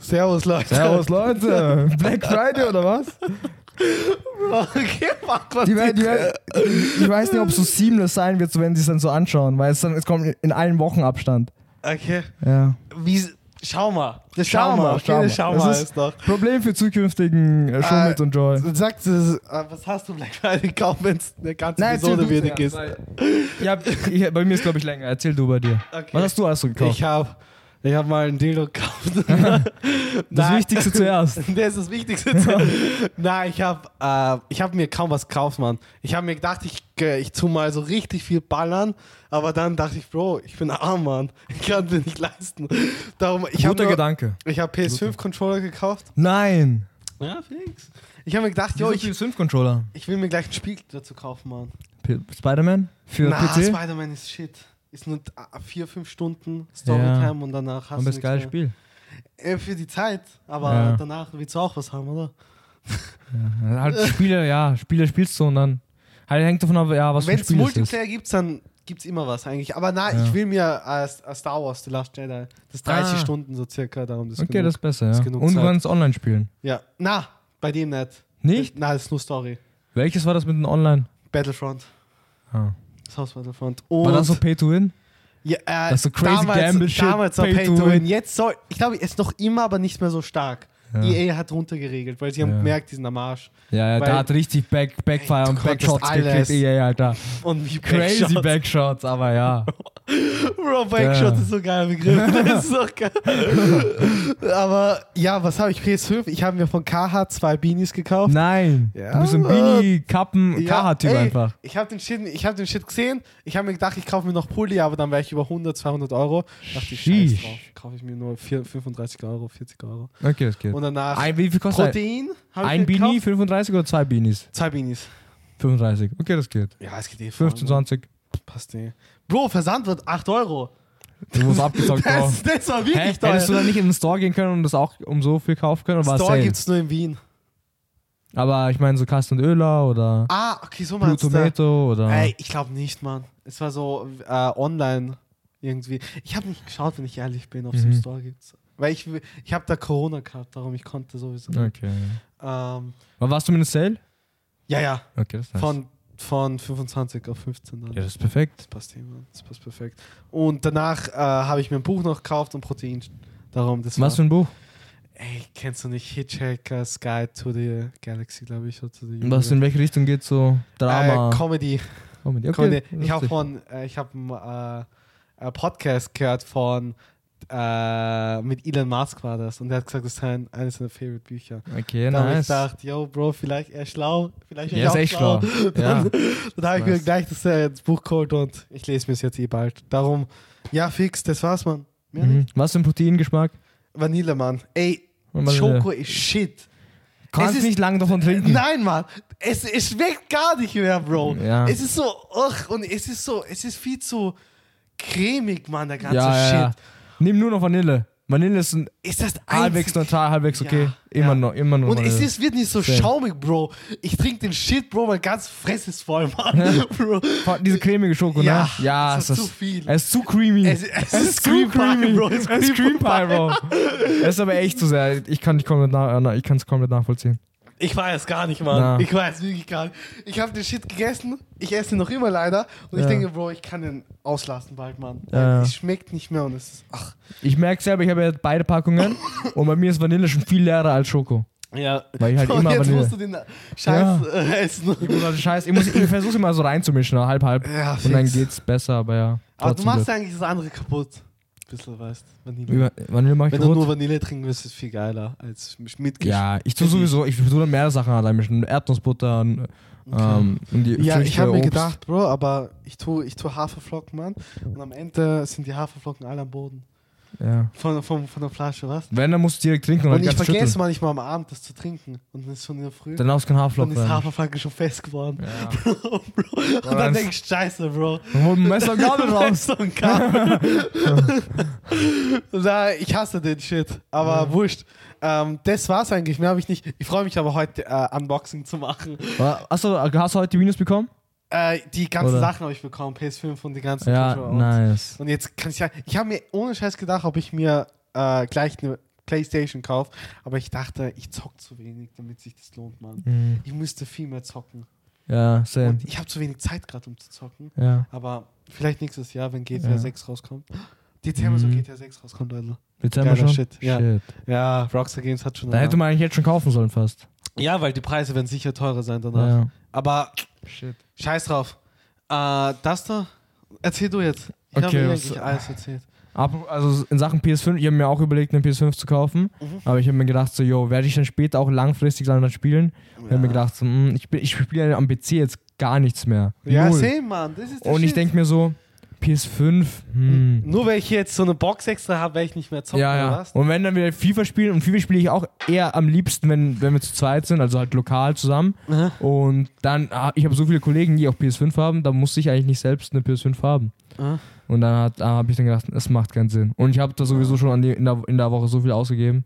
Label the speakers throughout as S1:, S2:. S1: Servus, Leute.
S2: Servus Leute, Black Friday oder was?
S1: Okay, fuck, was
S2: Die, we- die, we- ich weiß nicht, ob es so seamless sein wird, so wenn sie es dann so anschauen, weil es dann es kommt in einem Wochenabstand.
S1: Okay.
S2: Ja.
S1: Wie, schau mal. Das
S2: Schau
S1: schau,
S2: mal,
S1: mal. Okay,
S2: schau
S1: das
S2: mal.
S1: schau
S2: Das
S1: mal
S2: ist-
S1: ist doch.
S2: Problem für zukünftigen äh, Schumit
S1: Äh,
S2: und Joy.
S1: Sagt es, Ah, was hast du Black Friday gekauft, wenn es eine ganze
S2: erzähl
S1: Episode
S2: du
S1: wenig
S2: zuerst,
S1: ist?
S2: weil- Ja, ich, bei mir ist glaube ich länger. Erzähl du bei dir.
S1: Okay.
S2: Was hast du also gekauft?
S1: Ich habe ich hab mal einen Dildo gekauft.
S2: das
S1: Nein.
S2: Wichtigste zuerst.
S1: Das ist das Wichtigste. Nein, ich habe äh, ich hab mir kaum was gekauft, Mann. Ich habe mir gedacht, ich, äh, ich tu mal so richtig viel ballern, aber dann dachte ich, Bro, ich bin arm, Mann. Ich kann mir nicht leisten. Darum, ich habe
S2: Guter
S1: nur-
S2: Gedanke.
S1: ich habe PS5-Controller gekauft.
S2: Nein.
S1: Ja, Felix. Ich habe mir gedacht, yo, ich,
S2: 5 Controller.
S1: ich will mir gleich ein Spiel dazu kaufen, Mann.
S2: P- Spider-Man für
S1: Na,
S2: PC.
S1: Spider-Man ist shit. Ist nur ah, vier, fünf Stunden Storytime und danach hast du
S2: Und das
S1: nichts
S2: geile
S1: mehr.
S2: Spiel.
S1: Äh, für die Zeit, aber
S2: Ja.
S1: danach willst du auch was haben, oder?
S2: Ja, halt Spiele, ja, Spiele spielst du und dann halt hängt davon ab, ja, was für
S1: Wenn
S2: ein
S1: es
S2: Spiel es ist.
S1: Multiplayer gibt, dann gibt es immer was eigentlich. Aber na,
S2: Ja.
S1: ich will mir äh, S- äh, Star Wars The Last Jedi, das 30
S2: Ah.
S1: Stunden so circa, darum das
S2: Okay, das ist besser, ja.
S1: Ist genug
S2: Und du
S1: Zeit.
S2: kannst online spielen.
S1: Ja, na, bei dem nicht.
S2: Nicht?
S1: Na, das ist nur Story.
S2: Welches war das mit dem Online?
S1: Battlefront.
S2: Ah.
S1: Das Haus Battlefront. Und
S2: War das so Pay to Win?
S1: ja, äh,
S2: das so crazy
S1: damals,
S2: Gamble-Shit,
S1: Damals war
S2: Pay
S1: Pay
S2: to
S1: to
S2: Win.
S1: Win. Jetzt soll, ich glaube, es ist noch immer, aber nicht mehr so stark.
S2: Ja.
S1: EA hat runtergeregelt, weil sie haben
S2: Ja.
S1: gemerkt, die sind am Arsch.
S2: Ja, ja,
S1: Weil-
S2: da hat richtig Back, Backfire
S1: Ey,
S2: und
S1: du konntest
S2: Backshots
S1: alles.
S2: gekriegt, EA, Alter.
S1: Und wie
S2: Crazy
S1: Backshots.
S2: Backshots, aber ja.
S1: Bro, Backshot
S2: Ja.
S1: ist so ein geiler Begriff. Das ist so geil. Aber ja, was habe ich? PS5? Ich habe mir von KH zwei Beanies gekauft.
S2: Nein.
S1: Ja,
S2: du bist ein Beanie, Kappen,
S1: Ja,
S2: Kaha-Typ
S1: ey,
S2: einfach.
S1: Ich habe den, Shit- ich hab den Shit gesehen. Ich habe mir gedacht, ich kaufe mir noch Pulli, aber dann wäre ich über 100, 200 Euro. Dachte ich, scheiß
S2: Sheesh.
S1: drauf. Kaufe ich mir nur vier- 35 Euro, 40 Euro.
S2: Okay, das geht.
S1: Und danach
S2: Ein, wie viel kostet ein?
S1: Protein. hab ich
S2: Ein
S1: mir gekauft.
S2: Beanie, 35 oder zwei Beanies?
S1: Zwei Beanies.
S2: 35. Okay, das geht.
S1: Ja, es geht eh voll,
S2: 15,
S1: Mann.
S2: 20.
S1: Passt eh. Bro, Versand wird 8 Euro.
S2: Du musst abgezockt drauf.
S1: Das, das war
S2: Hä?
S1: wirklich
S2: Hättest du
S1: teuer.
S2: dann nicht in den Store gehen können und das auch um so viel kaufen können? Oder war es
S1: Store
S2: Sale?
S1: gibt es nur in Wien.
S2: Aber ich meine, so Carsten und Öler oder
S1: Ah, okay, so
S2: Blue
S1: meinst du.
S2: Tomato oder.
S1: Ey, ich glaube nicht, Mann. Es war so äh, online irgendwie. Ich habe nicht geschaut, wenn ich ehrlich bin, ob es
S2: Mhm.
S1: im Store gibt. Weil ich, ich habe da Corona gehabt, darum ich konnte sowieso. nicht.
S2: Okay.
S1: Ähm,
S2: Aber warst du mit einem Sale?
S1: ja, ja,
S2: Okay, das ist nice.
S1: von, von 25 auf 15 dann.
S2: ja, das ist perfekt.
S1: Das passt eh, Mann. Das passt perfekt. Und danach äh, habe ich mir ein Buch noch gekauft und Protein. Darum, das
S2: Was für
S1: war,
S2: ein Buch?
S1: Ey, kennst du nicht Hitchhiker's Guide to the Galaxy, glaube ich, oder to the
S2: Was in welche Richtung geht so Drama? Oh,
S1: Äh, Comedy.
S2: Comedy.
S1: Comedy. Ich habe
S2: lustig.
S1: von, äh, ich habe einen äh, äh, Podcast gehört von äh, mit Elon Musk war das und der hat gesagt, das ist ein, eines seiner Favorite Bücher.
S2: Okay,
S1: da habe ich
S2: nice.
S1: gedacht, yo, Bro, vielleicht er ist schlau, vielleicht
S2: Ja, ist
S1: auch
S2: echt schlau. Ja.
S1: Dann, dann habe ich mir
S2: Nice.
S1: gleich das, äh, das Buch geholt und ich lese mir es jetzt eh bald. Darum, ja, fix, das war's, Mann. Mehr
S2: Mhm.
S1: nicht.
S2: Was für ein Proteingeschmack?
S1: Vanille, Mann. Ey,
S2: Vanille.
S1: Schoko ist shit.
S2: Kannst
S1: Es ist-
S2: nicht lange davon trinken.
S1: Nein, Mann. Es, es schmeckt gar nicht mehr, Bro.
S2: Ja.
S1: Es ist so, ach, und es ist so, es ist viel zu cremig, Mann, der ganze
S2: ja, ja, ja.
S1: Shit.
S2: Nimm nur noch Vanille. Vanille ist ein
S1: Ist das
S2: halbwegs
S1: einzig.
S2: neutral, halbwegs okay.
S1: Ja,
S2: Immer
S1: ja.
S2: noch, immer noch.
S1: Und
S2: Vanille.
S1: es ist, wird nicht so
S2: Same.
S1: schaumig, Bro. Ich trinke den Shit, Bro, mein ganz Fress ist voll, Mann. Bro.
S2: Vor- Diese cremige Schoko,
S1: Ja,
S2: ne? Ja,
S1: es
S2: es
S1: ist
S2: ist,
S1: zu viel.
S2: Es ist zu creamy.
S1: Es- es ist Cream Pie, Bro, es
S2: Es
S1: ist
S2: ist Cream Pie, Bro. Es ist aber echt zu sehr. Ich kann es komplett, nach, na, ich kann's komplett nachvollziehen.
S1: Ich weiß gar nicht, Mann.
S2: Na.
S1: Ich weiß wirklich gar nicht. Ich habe den Shit gegessen, ich esse ihn noch immer leider. Und
S2: Ja.
S1: ich denke, Bro, ich kann den auslassen bald, Mann.
S2: Ja, ja.
S1: Es schmeckt nicht mehr und es ist, ach.
S2: Ich merke selber, ich habe ja beide Packungen und bei mir ist Vanille schon viel leerer als Schoko.
S1: Ja.
S2: Weil ich halt
S1: und
S2: immer
S1: jetzt
S2: Vanille.
S1: musst du den Scheiß äh, essen.
S2: Ich muss also scheiß, ich, muss- ich versuche immer so reinzumischen, ne? halb, halb.
S1: Ja,
S2: und dann
S1: fix.
S2: geht's besser, aber ja.
S1: Aber du
S2: trotzdem
S1: machst eigentlich das andere kaputt. Bisschen, weißt Vanille.
S2: blöd. Über- Vanille mach ich
S1: Wenn du
S2: rot.
S1: nur Vanille trinken willst, ist es viel geiler als mit
S2: ja, ich tue sowieso, ich tue dann mehrere Sachen allein mischen. Erdnussbutter und, ähm, und die
S1: Ja, ich
S2: Früchte,
S1: habe mir
S2: Obst.
S1: gedacht, Bro, aber ich tue ich tu Haferflocken, Mann. Und am Ende sind die Haferflocken alle am Boden.
S2: Ja.
S1: Von, von, von der Flasche, was?
S2: Wenn, dann musst du direkt trinken und,
S1: Und
S2: dann
S1: ich
S2: ganz
S1: vergesse
S2: schütteln.
S1: manchmal am Abend das zu trinken. Und dann ist schon in der Früh.
S2: Dann darfst du kein Haarflock
S1: Dann ist
S2: werden.
S1: Haferflocken schon fest geworden.
S2: Ja.
S1: Bro, Bro. Und dann
S2: dann-
S1: denkst du, scheiße, Bro.
S2: Dann holen wir Messer und Gabel raus.
S1: So ein Kabel. Na, ich hasse den Shit, aber wurscht. Ähm, das war's eigentlich, mehr habe ich nicht. Ich freue mich aber heute äh, Unboxing zu machen.
S2: Achso, hast du heute die Venus bekommen?
S1: Äh, die ganzen
S2: Oder?
S1: Sachen habe ich bekommen, PS5 und die ganzen
S2: Ja,
S1: Controller und-
S2: nice.
S1: Und jetzt kann ich sagen, ich habe mir ohne Scheiß gedacht, ob ich mir äh, gleich eine Playstation kaufe. Aber ich dachte, ich zock zu wenig, damit sich das lohnt, Mann.
S2: Mhm.
S1: Ich müsste viel mehr zocken.
S2: Ja, same.
S1: Und ich habe zu wenig Zeit gerade, um zu zocken.
S2: Ja.
S1: Aber vielleicht nächstes Jahr, wenn GTA
S2: Ja.
S1: 6 rauskommt. Dezember so
S2: Mhm.
S1: GTA 6 rauskommt, Leute.
S2: Dezember
S1: Geiler
S2: schon?
S1: Shit, ja. Ja, Rockstar Games hat schon.
S2: Da hätte man eigentlich jetzt schon kaufen sollen fast.
S1: ja, weil die Preise werden sicher teurer sein danach.
S2: Ja.
S1: Aber
S2: Shit.
S1: scheiß drauf. Äh, das da, erzähl du jetzt. Ich habe
S2: Okay,
S1: mir
S2: was-
S1: eigentlich alles erzählt.
S2: Ab- Also in Sachen PS5, ich habe mir auch überlegt, eine PS5 zu kaufen,
S1: Mhm.
S2: aber ich habe mir gedacht, so, yo, werde ich dann später auch langfristig dann spielen? Ich habe mir gedacht, so, mm, ich, bin- ich spiele am PC jetzt gar nichts mehr.
S1: ja,
S2: Null.
S1: same, Mann. Das ist der
S2: Und ich
S1: Shit. Mhm.
S2: denke mir so, PS5, hm.
S1: Nur weil ich jetzt so eine Box extra habe, werde ich nicht mehr zocken.
S2: ja,
S1: oder
S2: ja.
S1: was?
S2: Und wenn dann wieder FIFA spielen, und FIFA spiele ich auch eher am liebsten, wenn, wenn wir zu zweit sind, also halt lokal zusammen.
S1: Aha.
S2: Und dann, ah, ich habe so viele Kollegen, die auch PS5 haben, da muss ich eigentlich nicht selbst eine PS5 haben.
S1: Aha.
S2: Und dann hat- da habe ich dann gedacht, es macht keinen Sinn. Und ich habe da sowieso schon an die, in, der, in der Woche so viel ausgegeben.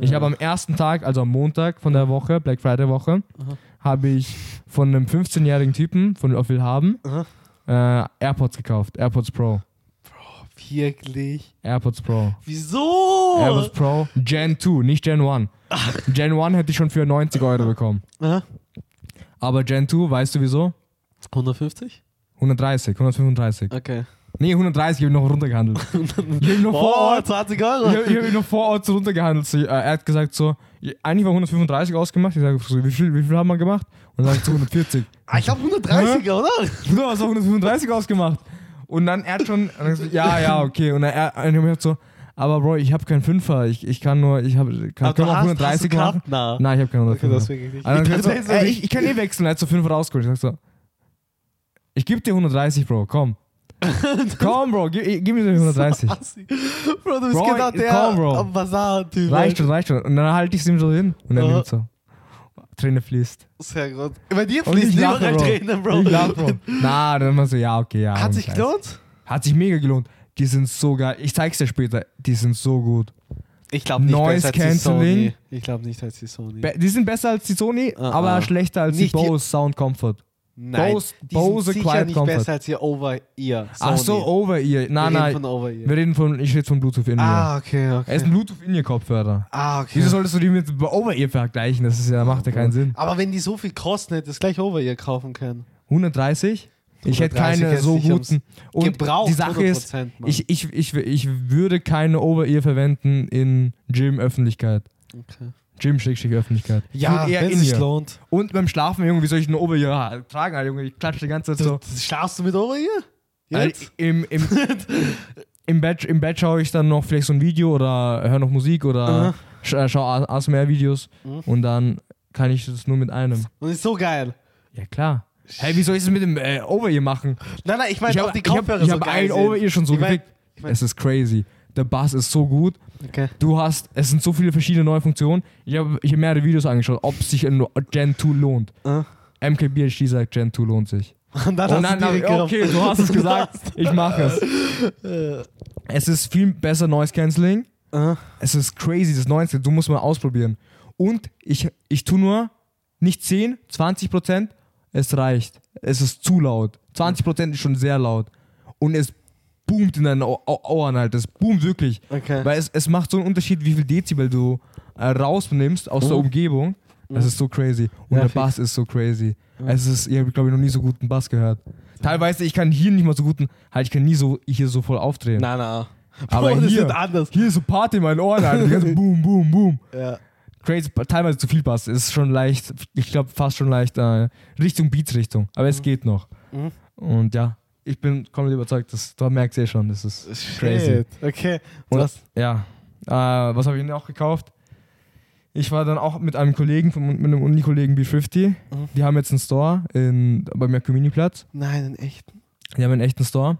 S2: Ich habe am ersten Tag, also am Montag von der Woche, Black Friday Woche,
S1: Aha.
S2: habe ich von einem 15-jährigen Typen von auf Willhaben
S1: Aha.
S2: äh, AirPods gekauft. AirPods Pro.
S1: Wirklich?
S2: AirPods Pro.
S1: Wieso?
S2: AirPods Pro Gen 2, nicht Gen 1. Gen 1 hätte ich schon für 90 Euro bekommen.
S1: Aha.
S2: Aber Gen 2, weißt du wieso?
S1: 150?
S2: 130, 135.
S1: Okay.
S2: Nee, 130 habe ich noch runtergehandelt. ich habe noch vor
S1: Boah,
S2: Ort
S1: 20
S2: Ich
S1: Euro.
S2: habe hab ihn noch vor Ort so runtergehandelt. So, äh, er hat gesagt so, eigentlich war 135 ausgemacht. Ich sage so, wie viel, wie viel haben wir gemacht? Und dann sagt er so 140.
S1: Ah, ich habe 130, oder?
S2: Bruder, was auch 135 ausgemacht? Und dann er hat schon, und dann so, ja, ja, okay. Und dann er, und er hat so, aber Bro, ich habe keinen Fünfer. Ich, ich kann nur, ich habe, kann,
S1: du
S2: kann auch
S1: hast- hast du
S2: 130 machen.
S1: gehabt? Na.
S2: Nein, ich habe keinen
S1: Okay,
S2: 105.
S1: das wirklich nicht.
S2: Also dann
S1: dachte,
S2: so,
S1: jetzt
S2: ey,
S1: hab
S2: ich, ich kann eh wechseln, er hat so 5 rausgeholt. Ich sag so, ich geb dir 130, Bro, komm. komm, Bro, gib, gib mir die 130.
S1: Assi. Bro, du bist
S2: Bro,
S1: genau
S2: komm,
S1: der
S2: Bro.
S1: am Bazar-Typ.
S2: Reicht schon, reicht schon. Und dann halte ich es ihm so hin und er
S1: Ja.
S2: nimmt so. Träne fließt.
S1: Sehr gut. Bei dir
S2: Und ich
S1: fließen
S2: lache,
S1: überall
S2: Bro.
S1: Tränen, Bro.
S2: Ich lach, Bro. Na, dann war so, ja, okay, ja.
S1: Hat
S2: und
S1: sich
S2: scheiß.
S1: gelohnt?
S2: Hat sich mega gelohnt. Die sind so geil. Ich zeig's dir später. Die sind so gut.
S1: Ich glaube nicht,
S2: Noise
S1: besser als die
S2: Cancelling.
S1: Sony. Ich glaube nicht, als die Sony.
S2: Be die sind besser als die Sony,
S1: Ah,
S2: aber
S1: ah.
S2: schlechter als
S1: Nicht
S2: die
S1: die-
S2: Bose Sound Comfort.
S1: Nein,
S2: Bose-
S1: die
S2: Bose
S1: sind sicher
S2: Quiet
S1: nicht
S2: Comfort.
S1: besser als ihr Over-Ear.
S2: Ach so,
S1: Sony.
S2: Over-Ear.
S1: Wir
S2: Nein,
S1: reden
S2: nein.
S1: von Over-Ear.
S2: Wir reden von, ich rede von Bluetooth in ear
S1: Ah, okay,
S2: Er ist
S1: okay.
S2: ein Bluetooth-In-Ear-Kopfhörer.
S1: Ah, okay.
S2: Wieso solltest du die mit Over-Ear vergleichen? Das ist ja, macht ja keinen Sinn.
S1: Aber wenn die so viel kosten, hättest du gleich Over-Ear kaufen können.
S2: 130? Ich hätte
S1: 130
S2: keine
S1: hättest
S2: so
S1: du dich ums
S2: guten. Und
S1: Gebraucht
S2: die Sache ist,
S1: 100%, Mann.
S2: ich, ich, ich, ich würde keine Over-Ear verwenden in Gym-Öffentlichkeit.
S1: Okay.
S2: Gym-Öffentlichkeit. Ich
S1: Ja,
S2: würde eher
S1: wenn es
S2: in
S1: sich
S2: ihr.
S1: lohnt.
S2: Und beim Schlafen, Junge, wie soll ich ein Over-Ear tragen, Alter, Junge? Ich klatsche die ganze Zeit so. Äh,
S1: Schlafst du mit Over-Ear? Jetzt?
S2: Alter, Im, im, im, Bett, Im Bett schaue ich dann noch vielleicht so ein Video oder höre noch Musik oder
S1: Aha.
S2: sch- äh, schaue ASMR-Videos
S1: Mhm.
S2: und dann kann ich das nur mit einem.
S1: Und ist so geil.
S2: Ja, klar. Hä, wie soll ich das mit dem äh, Over-Ear machen?
S1: Nein, nein, ich meine
S2: ich
S1: auch
S2: habe
S1: die
S2: ich hab,
S1: Kopfhörer
S2: ich
S1: so
S2: hab
S1: geil
S2: ein
S1: sind.
S2: Over-Ear schon so
S1: Ich mein-
S2: gekriegt.
S1: ich mein-
S2: es ist crazy. Der Bass ist so gut.
S1: Okay.
S2: Du hast, es sind so viele verschiedene neue Funktionen. Ich habe ich hab mehrere Videos angeschaut, ob sich ein Gen 2 lohnt.
S1: Ah.
S2: MKBHD sagt, Gen 2 lohnt sich.
S1: Und dann hast
S2: Und dann,
S1: du
S2: hab
S1: die
S2: ich, Oh okay, du hast es gesagt, ich mache es.
S1: Äh,
S2: Es ist viel besser Noise Cancelling.
S1: äh.
S2: Es ist crazy, das 19, du musst mal ausprobieren. Und ich, ich tue nur nicht 10, 20 Prozent, es reicht. Es ist zu laut. 20 Prozent ist schon sehr laut. Und es boomt in deinen Ohr- Ohr- Ohren halt, es boomt wirklich.
S1: Okay.
S2: Weil es, es macht so einen Unterschied, wie viel Dezibel du äh, rausnimmst aus der
S1: Mhm.
S2: Umgebung. Das ist so crazy. Und
S1: Ja,
S2: der
S1: fix.
S2: Bass ist so crazy. Es ist, ich habe, glaube ich, noch nie so guten Bass gehört. Teilweise, ich kann hier nicht mal so guten, halt, ich kann nie so hier so voll aufdrehen.
S1: Nein, nein.
S2: Aber
S1: Bro, Oh, das
S2: hier-
S1: ist anders.
S2: Hier ist so Party in meinen Ohren, Alter. Die ganze boom, boom, boom.
S1: Ja.
S2: Crazy, teilweise zu viel Bass. Es ist schon leicht, ich glaube fast schon leicht äh, Richtung Beats-Richtung. Aber es geht noch.
S1: Mhm.
S2: Und ja, ich bin komplett überzeugt, das, da merkt ihr eh schon, das ist crazy.
S1: Shit. Okay.
S2: Und-
S1: Was?
S2: Ja. Äh, was habe ich denn auch gekauft? Ich war dann auch mit einem Kollegen, von, mit einem Uni-Kollegen B50.
S1: Mhm.
S2: Die haben jetzt einen Store in, bei mir Community-Platz.
S1: Nein, in echt.
S2: Die haben einen echten Store.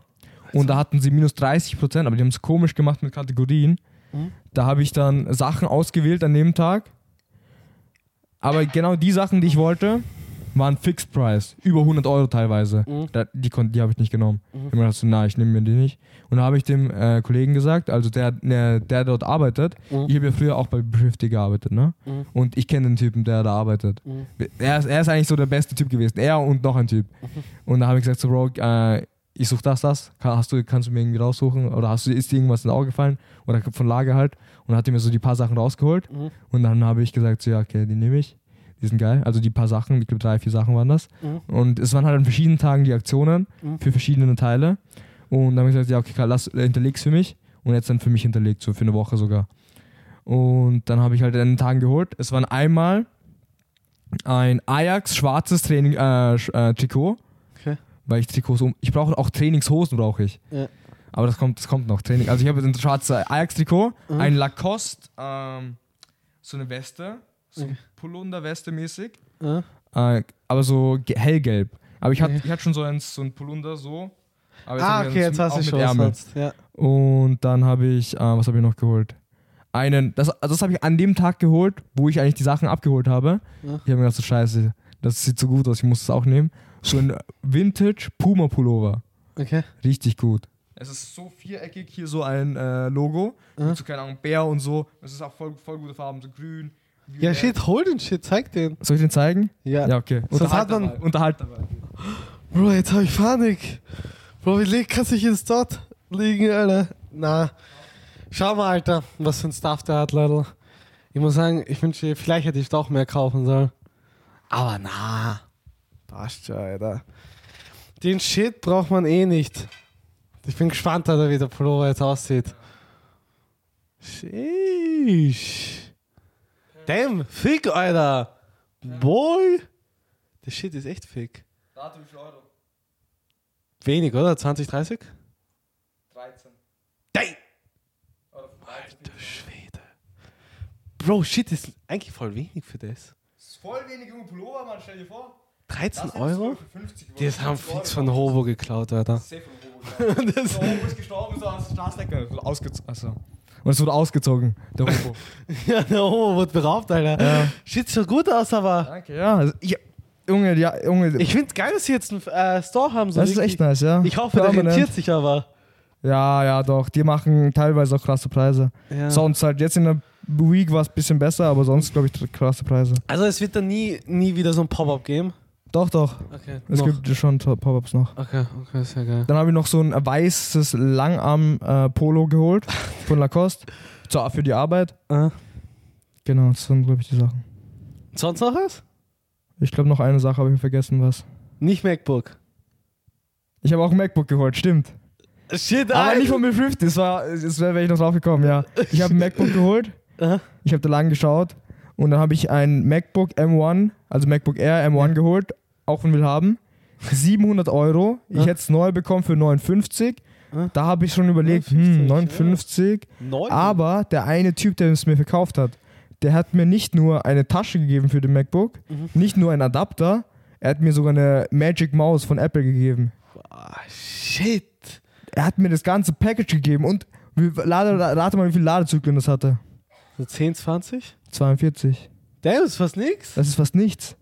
S2: Und da hatten sie minus 30 Prozent, aber die haben es komisch gemacht mit Kategorien.
S1: Mhm.
S2: Da habe ich dann Sachen ausgewählt an dem Tag. Aber genau die Sachen, die ich wollte, waren Fixed Price. Über 100 Euro teilweise.
S1: Mhm.
S2: Da, die kon- die habe ich nicht genommen.
S1: Mhm.
S2: Ich habe mir gedacht, so, na, ich nehme mir die nicht. Und da habe ich dem äh, Kollegen gesagt, also der, der, der dort arbeitet,
S1: Mhm.
S2: ich habe ja früher auch bei Beschäftigten gearbeitet, ne?
S1: Mhm.
S2: Und ich kenne den Typen, der da arbeitet.
S1: Mhm.
S2: Er, ist, er ist eigentlich so der beste Typ gewesen. Er und noch ein Typ.
S1: Mhm.
S2: Und da habe ich gesagt, so, Bro, äh, ich suche das, das. Ka- Hast du, kannst du mir irgendwie raussuchen? Oder hast du, ist dir irgendwas ins Auge gefallen? Oder von Lager halt? Und dann hat die mir so die paar Sachen rausgeholt.
S1: Mhm.
S2: Und dann habe ich gesagt, so ja, okay, die nehme ich. Die sind geil. Also die paar Sachen, ich glaube drei, vier Sachen waren das.
S1: Mhm.
S2: Und es waren halt an verschiedenen Tagen die Aktionen
S1: Mhm.
S2: für verschiedene Teile. Und dann habe ich gesagt, ja, okay, klar, lass, äh, hinterleg's für mich. Und jetzt dann für mich hinterlegt, so für eine Woche sogar. Und dann habe ich halt an den Tagen geholt. Es waren einmal ein Ajax schwarzes Training, äh, Sch- äh, Trikot.
S1: Okay.
S2: Weil ich Trikots um. Ich brauche auch Trainingshosen, brauche ich.
S1: Ja.
S2: Aber das kommt, das kommt noch. Training. Also ich habe jetzt ein schwarzes Ajax-Trikot,
S1: Mhm.
S2: ein Lacoste, ähm, so eine Weste, so
S1: Mhm.
S2: Pullunder-Weste mäßig.
S1: Ja.
S2: Äh, aber so ge- hellgelb. Aber ich hatte
S1: Ja.
S2: ich hatte schon so ein, so ein Polunder so. Aber
S1: Ah,
S2: hab ich
S1: okay,
S2: einen
S1: jetzt
S2: zum-
S1: hast
S2: auch
S1: du
S2: mit
S1: schon was
S2: Ärmel.
S1: sonst. Ja.
S2: Und dann habe ich, äh, was habe ich noch geholt? Einen, das, also das habe ich an dem Tag geholt, wo ich eigentlich die Sachen abgeholt habe.
S1: Ja.
S2: Ich habe mir gedacht, so scheiße, das sieht so gut aus, ich muss das auch nehmen. So ein Vintage Puma Pullover.
S1: Okay.
S2: Richtig gut. Es ist so viereckig, hier so ein äh, Logo.
S1: Ja.
S2: Mit so, keine Ahnung, Bär und so. Es ist auch voll, voll gute Farben, so grün.
S1: Ja,
S2: violett.
S1: shit, hol den Shit, zeig den.
S2: Soll ich den zeigen?
S1: Ja.
S2: Ja, okay.
S1: Sonst hat man-
S2: dabei. Unterhalt dabei.
S1: Bro, jetzt hab ich Panik. Bro, wie leg, kannst du dich jetzt dort liegen, Alter? Na. Schau mal, Alter, was für ein Stuff der hat, Leute. Ich muss sagen, ich wünsche, vielleicht hätte ich doch mehr kaufen sollen. Aber na. Passt schon, Alter. Den Shit braucht man eh nicht. Ich bin gespannt, Alter, wie der Pullover jetzt aussieht. Sheesh. Damn, fick, Alter. Boy. Der Shit ist echt fick.
S2: Rate, wie viel Euro?
S1: Wenig, oder? 20, 30?
S2: 13.
S1: Dang!
S2: Oder 13.
S1: Alter Schwede. Bro, shit, ist eigentlich voll wenig für das.
S2: Das ist voll wenig junge Pullover, Mann, stell dir vor.
S1: 13 Euro?
S2: für 50 Euro.
S1: Das haben fix von Hobo geklaut, Alter.
S2: Safe von Hobo. gekauft. Der Hobo ist gestorben, so als Straßlecker. Ausgezogen. Achso. Und es wurde ausgezogen, der Hobo.
S1: Ja, der Hobo wird beraubt, Alter.
S2: Ja.
S1: Shit, so gut aus, aber.
S2: Danke, ja. Also, ich, Junge, ja, Junge.
S1: Ich find's geil, dass sie jetzt einen äh, Store haben. So
S2: das ist echt
S1: richtig.
S2: nice, ja.
S1: Ich hoffe, der
S2: Permanent.
S1: rentiert sich aber.
S2: Ja, ja, doch. Die machen teilweise auch krasse Preise.
S1: Ja.
S2: Sonst halt jetzt in der Week war es ein bisschen besser, aber sonst, glaube ich, krasse Preise.
S1: Also, es wird dann nie, nie wieder so ein Pop-Up geben.
S2: Doch, doch.
S1: Okay.
S2: Es
S1: noch.
S2: gibt schon Top- Pop-Ups noch.
S1: okay, okay, ist ja geil.
S2: Dann habe ich noch so ein weißes Langarm-Polo geholt von Lacoste. So, für die Arbeit.
S1: Äh,
S2: Genau, das sind, glaube ich, die Sachen.
S1: sonst noch was?
S2: Ich glaube, noch eine Sache habe ich vergessen, was.
S1: Nicht MacBook.
S2: Ich habe auch ein MacBook geholt, stimmt.
S1: Shit,
S2: Aber nicht von mir Flift, das war, das wäre wär ich noch drauf gekommen, ja. Ich habe ein MacBook geholt,
S1: Aha.
S2: ich habe da lang geschaut und dann habe ich ein MacBook M1, also MacBook Air M1 geholt, auch von Willhaben. 700 Euro, ich
S1: Ja.
S2: hätte es neu bekommen für 59.
S1: Ja.
S2: Da habe ich schon überlegt,
S1: 59,
S2: hm,
S1: ja.
S2: 59,
S1: Neu?
S2: Aber der eine Typ, der es mir verkauft hat, der hat mir nicht nur eine Tasche gegeben für den MacBook,
S1: Mhm.
S2: nicht nur einen Adapter, er hat mir sogar eine Magic Mouse von Apple gegeben.
S1: Ah, shit.
S2: Er hat mir das ganze Package gegeben und wie- lade, rate mal, wie viele Ladezyklen das hatte.
S1: So 10, 20?
S2: 42.
S1: Damn, ist fast nix.
S2: Das ist fast nichts.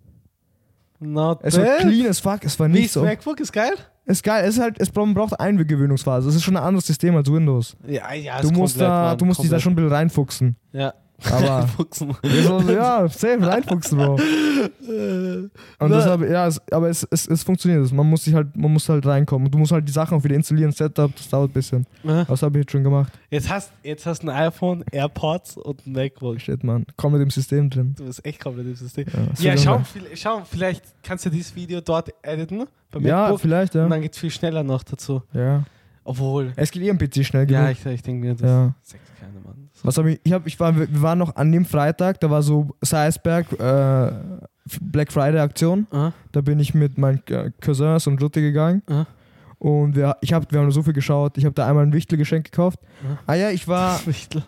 S1: Not
S2: Es war clean as fuck, es war
S1: Wie
S2: nicht
S1: ist
S2: so.
S1: MacBook? Ist geil?
S2: Ist geil, es ist halt, es bra- man braucht eine Gewöhnungsphase. Es ist schon ein anderes System als Windows.
S1: Ja, ja,
S2: Du musst, da, du musst dich da schon ein bisschen reinfuchsen.
S1: Ja.
S2: Aber
S1: Fuchsen.
S2: so, ja, safe reinfuchsen, Bro. Und
S1: Na.
S2: deshalb, ja, es, aber es, es, es funktioniert. Man muss sich halt, man muss halt reinkommen. Und du musst halt die Sachen auch wieder installieren, Setup, das dauert ein bisschen.
S1: Ja.
S2: Aber Das habe ich jetzt schon gemacht.
S1: Jetzt hast jetzt hast du ein iPhone, AirPods und ein MacBook.
S2: Shit, man. Komm mit dem System drin.
S1: Du bist echt komplett im System.
S2: Ja, das
S1: Ja,
S2: wird
S1: schau,
S2: immer-
S1: viel- schau, vielleicht kannst du dieses Video dort editen. Bei
S2: Ja,
S1: MacBook.
S2: vielleicht,
S1: Und
S2: ja.
S1: dann geht es viel schneller noch dazu.
S2: ja.
S1: Obwohl.
S2: Es geht eh am PC schnell
S1: Ja,
S2: genug.
S1: ich, ich denke mir, das
S2: Ja.
S1: sagt keiner, Mann.
S2: Was habe ich, ich, hab, ich war, wir waren noch an dem Freitag, da war so Seisberg, äh, Black Friday Aktion.
S1: Ah,
S2: Da bin ich mit meinen äh, Cousins und Lotte gegangen.
S1: ah.
S2: Und wir, ich hab, wir haben so viel geschaut. Ich habe da einmal ein Wichtelgeschenk gekauft.
S1: Ja.
S2: Ah ja, ich war,
S1: Wichtel.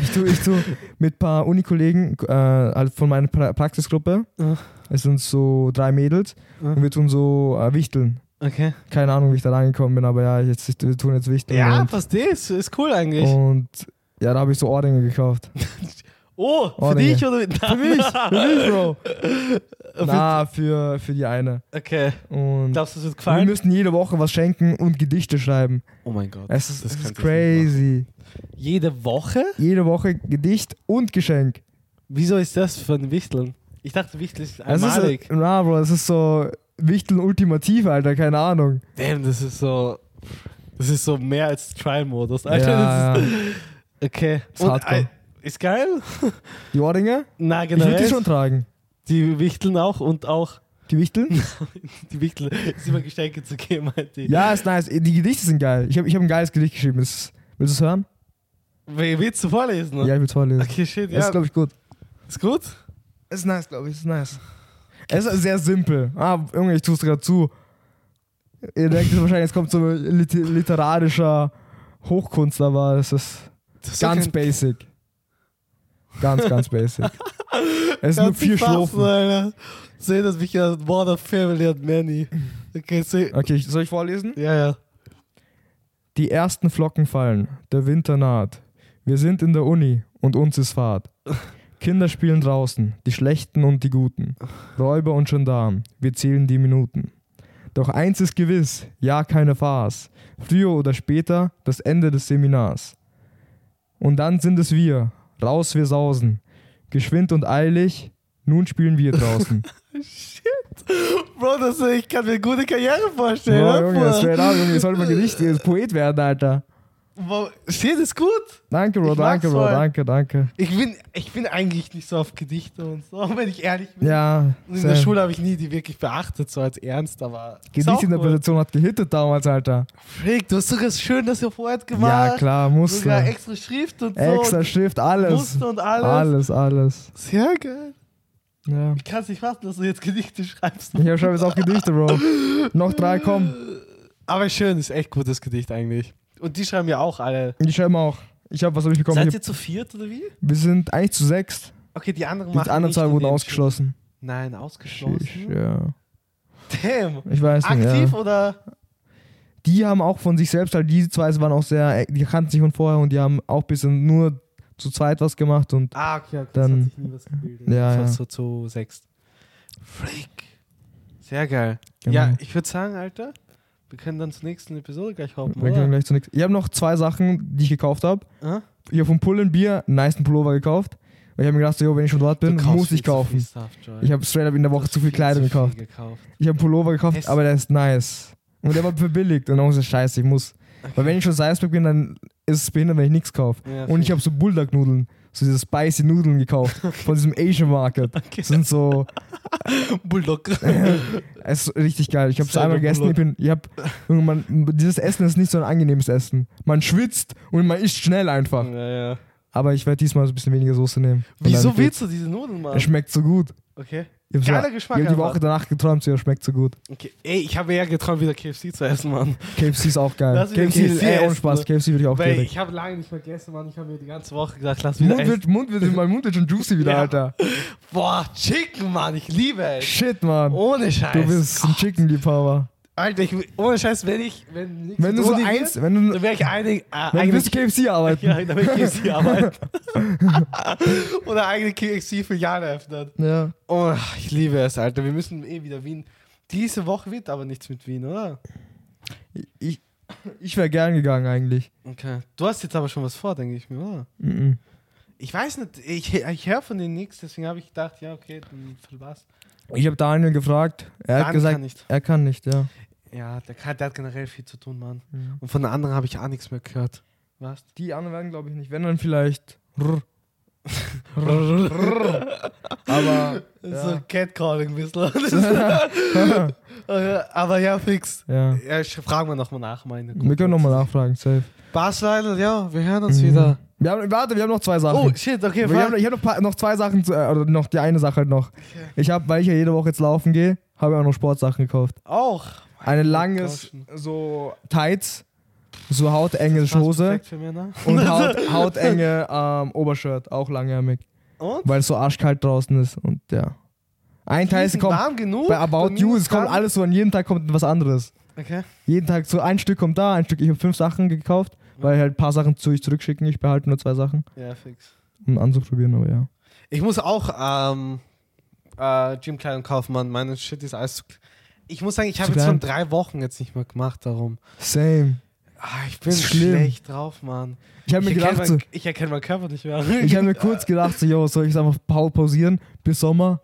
S2: ich tu, ich tu mit ein paar Unikollegen äh, halt von meiner pra Praxisgruppe.
S1: Ja.
S2: Es sind so drei Mädels
S1: Ja.
S2: und wir tun so äh, Wichteln.
S1: Okay.
S2: Keine Ahnung, wie ich da reingekommen bin, aber ja, jetzt, wir tun jetzt Wichteln.
S1: Ja,
S2: und,
S1: verstehe, ist, ist cool eigentlich.
S2: und ja, da habe ich so Ohrringe gekauft.
S1: Oh, für
S2: Ordinge.
S1: dich oder für
S2: mich, für mich, Bro. Na, für, für die eine.
S1: Okay,
S2: Und
S1: glaubst du, es wird
S2: wir
S1: gefallen?
S2: müssen jede Woche was schenken und Gedichte schreiben.
S1: Oh mein Gott.
S2: Es ist, es ist
S1: könnte ich nicht
S2: crazy.
S1: machen. Jede Woche?
S2: Jede Woche Gedicht und Geschenk.
S1: Wieso ist das für ein Wichteln? Ich dachte, Wichteln ist
S2: Es
S1: einmalig.
S2: ist, na, Bro, es ist so Wichteln ultimativ, Alter, keine Ahnung.
S1: Damn, das ist so. Das ist so mehr als Trial-Modus.
S2: Ja,
S1: Alter, das ist, Okay.
S2: Ist hardcore.
S1: äh, ist geil?
S2: Die Ohrringe?
S1: Na,
S2: Ich
S1: genau.
S2: würde die schon tragen.
S1: die wichteln auch und auch
S2: Die Wichteln?
S1: die wichteln. Ist immer Geschenke zu geben, halt die.
S2: ja, ist nice. Die Gedichte sind geil. Ich habe ich hab ein geiles Gedicht geschrieben. Das, willst du es hören?
S1: Will- Willst du vorlesen?
S2: Ja, ich will es vorlesen.
S1: Okay, shit,
S2: Das
S1: ja.
S2: ist, glaube ich, gut.
S1: Ist gut?
S2: Ist nice, glaube ich. Ist nice. Es ist sehr simpel. Ah, Junge, ich tue es gerade zu. Ihr denkt jetzt wahrscheinlich, es kommt so ein lit literarischer Hochkunst, aber es ist
S1: Das ist
S2: ganz
S1: so kein-
S2: basic. Ganz, ganz basic. Es sind nur
S1: Kannst
S2: vier
S1: nicht fassen,
S2: Strophen.
S1: Alter. Seh das mich ja Modern Family hat Manny. Okay, seh.
S2: Okay, ich- soll ich vorlesen?
S1: Ja, ja.
S2: Die ersten Flocken fallen, der Winter naht. Wir sind in der Uni und uns ist Fahrt. Kinder spielen draußen, die Schlechten und die Guten. Räuber und Gendarm, wir zählen die Minuten. Doch eins ist gewiss, ja, keine Farce. Früher oder später das Ende des Seminars. Und dann sind es wir, raus wir sausen. Geschwind und eilig, nun spielen wir draußen.
S1: Bro, das, äh, ich kann mir eine gute Karriere
S2: oh,
S1: vorstellen. ne,
S2: Junge,
S1: Bruder?
S2: straight up, Junge, ihr sollt mal Gedicht, ihr sollt Poet werden, Alter.
S1: Wow, Shit, ist gut.
S2: Danke, Bro,
S1: Ich mag's
S2: danke, Bro,
S1: voll.
S2: danke, danke.
S1: Ich bin, ich bin eigentlich nicht so auf Gedichte und so, wenn ich ehrlich bin.
S2: Ja.
S1: Und in
S2: same.
S1: der Schule habe ich nie die wirklich beachtet, so als ernst, aber. ist auch cool.
S2: Gedichtinterpretation hat gehittet damals, Alter.
S1: Frick, du hast sogar schön das hier vorher gemacht.
S2: Ja, klar, musste.
S1: Sogar extra Schrift und so.
S2: Extra Schrift,
S1: und
S2: alles.
S1: Muster und alles.
S2: Alles, alles.
S1: Sehr geil.
S2: Ja.
S1: Ich kann es nicht fassen, dass du jetzt Gedichte schreibst.
S2: Ich hab schon jetzt auch Gedichte, Bro. Noch drei kommen.
S1: Äh, Aber schön, ist echt gutes Gedicht eigentlich. Und die schreiben ja auch alle.
S2: Ich schreibe mal auch. Ich hab, was hab ich bekommen?
S1: Seid
S2: Ich hab,
S1: ihr zu viert oder wie?
S2: wir sind eigentlich zu sechst.
S1: Okay, die anderen
S2: Die
S1: machen
S2: anderen
S1: nicht
S2: zwei
S1: und
S2: wurden
S1: die-
S2: ausgeschlossen.
S1: Nein,
S2: Schisch,
S1: ausgeschlossen.
S2: ja.
S1: Damn.
S2: Ich weiß nicht.
S1: Aktiv
S2: Ja.
S1: oder?
S2: Die haben auch von sich selbst, halt, die zwei waren auch sehr, die kannten sich von vorher und die haben auch ein bisschen nur zu zweit was gemacht und
S1: Ah, okay, okay das
S2: Dann-
S1: hat sich nie was gebildet.
S2: Ja,
S1: das war
S2: ja.
S1: so zu sechs. Freak. Sehr geil.
S2: Genau.
S1: Ja, ich würde sagen, Alter, wir können dann zur nächsten Episode gleich hoppen,
S2: wir können
S1: oder?
S2: gleich zu nichts. Ich habe noch zwei Sachen, die ich gekauft habe.
S1: Hä?
S2: ich habe vom Pullen Bier einen niceen Pullover gekauft. Weil ich habe mir gedacht, so, yo, wenn ich schon dort bin,
S1: Du kaufst
S2: muss
S1: viel
S2: ich
S1: zu viel
S2: kaufen.
S1: Stuff, Joy.
S2: Ich habe straight up in der
S1: Du
S2: Woche
S1: hast
S2: zu viel
S1: viel
S2: Kleidung
S1: zu viel
S2: gekauft.
S1: gekauft.
S2: Ich habe einen Pullover gekauft,
S1: Hässlich.
S2: aber der ist nice. Und der war verbilligt. Und dann muss ich scheiße, ich muss. Weil wenn ich schon Salzburg bin, dann ist es behindert, wenn ich nichts kaufe.
S1: Ja,
S2: Und ich
S1: fair.
S2: habe so Bulldog-Nudeln, so diese spicy Nudeln gekauft von diesem Asian Market. Das sind so,
S1: Bulldog.
S2: es ist richtig geil. Ich habe es
S1: Selber
S2: einmal gegessen. Ich bin, ich hab, Junge, man, dieses Essen ist nicht so ein angenehmes Essen. Man schwitzt und man isst schnell einfach.
S1: ja, ja.
S2: Aber ich werde diesmal so ein bisschen weniger Soße nehmen. Und
S1: Wieso
S2: dann geht's.
S1: willst du diese Nudeln, Mann?
S2: Es schmeckt so gut.
S1: Okay.
S2: Ich hab's
S1: Geiler
S2: ja,
S1: Geschmack
S2: Ich hab die
S1: einfach.
S2: Woche danach geträumt, so, ja, schmeckt so gut.
S1: okay. Ey, ich habe ja geträumt, wieder KFC zu essen, Mann.
S2: KFC ist auch geil.
S1: Lass wieder
S2: KFC,
S1: KFC
S2: ey, ohne
S1: essen,
S2: Spaß,
S1: ne?
S2: KFC würde ich auch
S1: Weil
S2: direkt.
S1: ich habe lange nicht mehr gegessen, Mann. Ich habe mir die ganze Woche gesagt, lass wieder
S2: Mund
S1: essen.
S2: wird, Mund wird, mein Mund wird schon juicy wieder,
S1: Ja.
S2: Alter.
S1: Boah, Chicken, Mann. Ich liebe es.
S2: Shit, Mann.
S1: Ohne Scheiß.
S2: du bist
S1: Oh.
S2: ein Chicken-Liebhaber.
S1: Alter, ich, ohne Scheiß, wenn ich. Wenn, nichts
S2: Wenn du
S1: mit
S2: so
S1: Uni wird,
S2: eins, wenn du,
S1: Dann wäre ich einig, äh,
S2: wenn du bis
S1: eigentlich.
S2: KFC arbeiten.
S1: Ja, dann wäre ich KFC arbeiten. Oder eigene KFC-Filiale eröffnen.
S2: Ja.
S1: Oh, ich liebe es, Alter. Wir müssen eh wieder Wien. Diese Woche wird aber nichts mit Wien, oder?
S2: Ich, ich wäre gern gegangen eigentlich.
S1: Okay. Du hast jetzt aber schon was vor, denke ich mir, oder?
S2: Mhm.
S1: Ich weiß nicht, ich, ich höre von denen nichts, deswegen habe ich gedacht, ja, okay, dann verpasst.
S2: Ich habe Daniel gefragt. Er hat
S1: Daniel
S2: gesagt,
S1: kann nicht.
S2: er kann nicht, ja.
S1: Ja, der, kann, der hat generell viel zu tun, Mann.
S2: Mhm.
S1: Und von den anderen habe ich auch nichts mehr gehört. Was?
S2: Die anderen werden, glaube ich, nicht. Wenn dann vielleicht. Rrr. Aber.
S1: So
S2: Ja.
S1: Catcalling ein bisschen. aber ja, fix.
S2: ja.
S1: Ja, ich fragen wir nochmal nach, meine
S2: Wir können nochmal nachfragen, safe.
S1: Basel, ja, wir hören uns wieder.
S2: Wir haben, warte, wir haben noch zwei Sachen.
S1: Oh, shit, okay,
S2: Mhm. wir haben,
S1: fuck.
S2: ich habe noch, paar- noch zwei Sachen, zu, äh, oder noch die eine Sache halt noch. Ich habe, weil ich ja jede Woche jetzt laufen gehe, habe ich auch noch Sportsachen gekauft.
S1: Auch.
S2: Eine langes, so Tights, so hautenge
S1: Passt
S2: Hose
S1: perfekt für ne? Männer.
S2: und haut, hautenge ähm, Obershirt, auch langärmig,
S1: Und?
S2: weil es so arschkalt draußen ist und ja. Ein Teil
S1: Sind
S2: kommt
S1: warm genug?
S2: bei About
S1: Dann
S2: You, es kommt
S1: dann-
S2: alles so, an jeden Tag kommt was anderes.
S1: Okay.
S2: Jeden Tag so ein Stück kommt da, ein Stück. Ich habe fünf Sachen gekauft, weil halt ein paar Sachen zu ich zurückschicken. Ich behalte nur zwei Sachen,
S1: Ja, fix.
S2: um anzuprobieren, aber ja.
S1: Ich muss auch ähm, äh, Gymkleidung kaufen, Mann. Meine Shit ist alles zu... Ich muss sagen, ich habe
S2: Zu
S1: jetzt schon
S2: klein.
S1: drei Wochen jetzt nicht mehr gemacht, darum.
S2: Same.
S1: Ah, ich bin
S2: Ist schlimm.
S1: schlecht drauf, Mann.
S2: Ich habe mir
S1: erkenne
S2: gedacht, so,
S1: mein- ich erkenne meinen Körper nicht mehr.
S2: ich habe mir kurz gedacht, so, yo, soll ich es einfach pau- pausieren bis Sommer?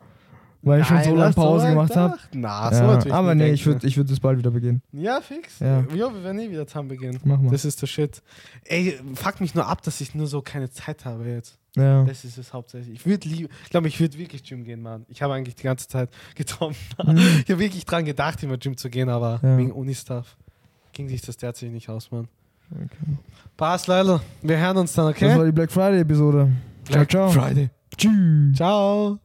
S2: Weil ich schon so
S1: Nein,
S2: lange
S1: hast du
S2: Pause
S1: mal
S2: gemacht habe.
S1: gedacht? Na, so
S2: Ja,
S1: natürlich.
S2: aber
S1: nicht
S2: nee,
S1: denken.
S2: ich würde ich würd das bald wieder begehen.
S1: Ja, fix.
S2: Ja.
S1: Ja. wir werden nie wieder zusammen beginnen.
S2: Mach mal.
S1: Das ist der Shit. Ey, fuck mich nur ab, dass ich nur so keine Zeit habe jetzt.
S2: Ja.
S1: Das ist es hauptsächlich. Ich würde lieb, ich glaube, ich würde wirklich Gym gehen, Mann. Ich habe eigentlich die ganze Zeit geträumt. Ich habe wirklich dran gedacht, immer Gym zu gehen, aber
S2: Mhm. Ja.
S1: wegen Uni-Stuff ging sich das derzeit nicht aus, Mann. Passt, Leute. Wir hören uns dann,
S2: Das
S1: okay?
S2: war die Black Friday-Episode. Ciao, ciao.
S1: Friday.
S2: Tschüss.
S1: Ciao.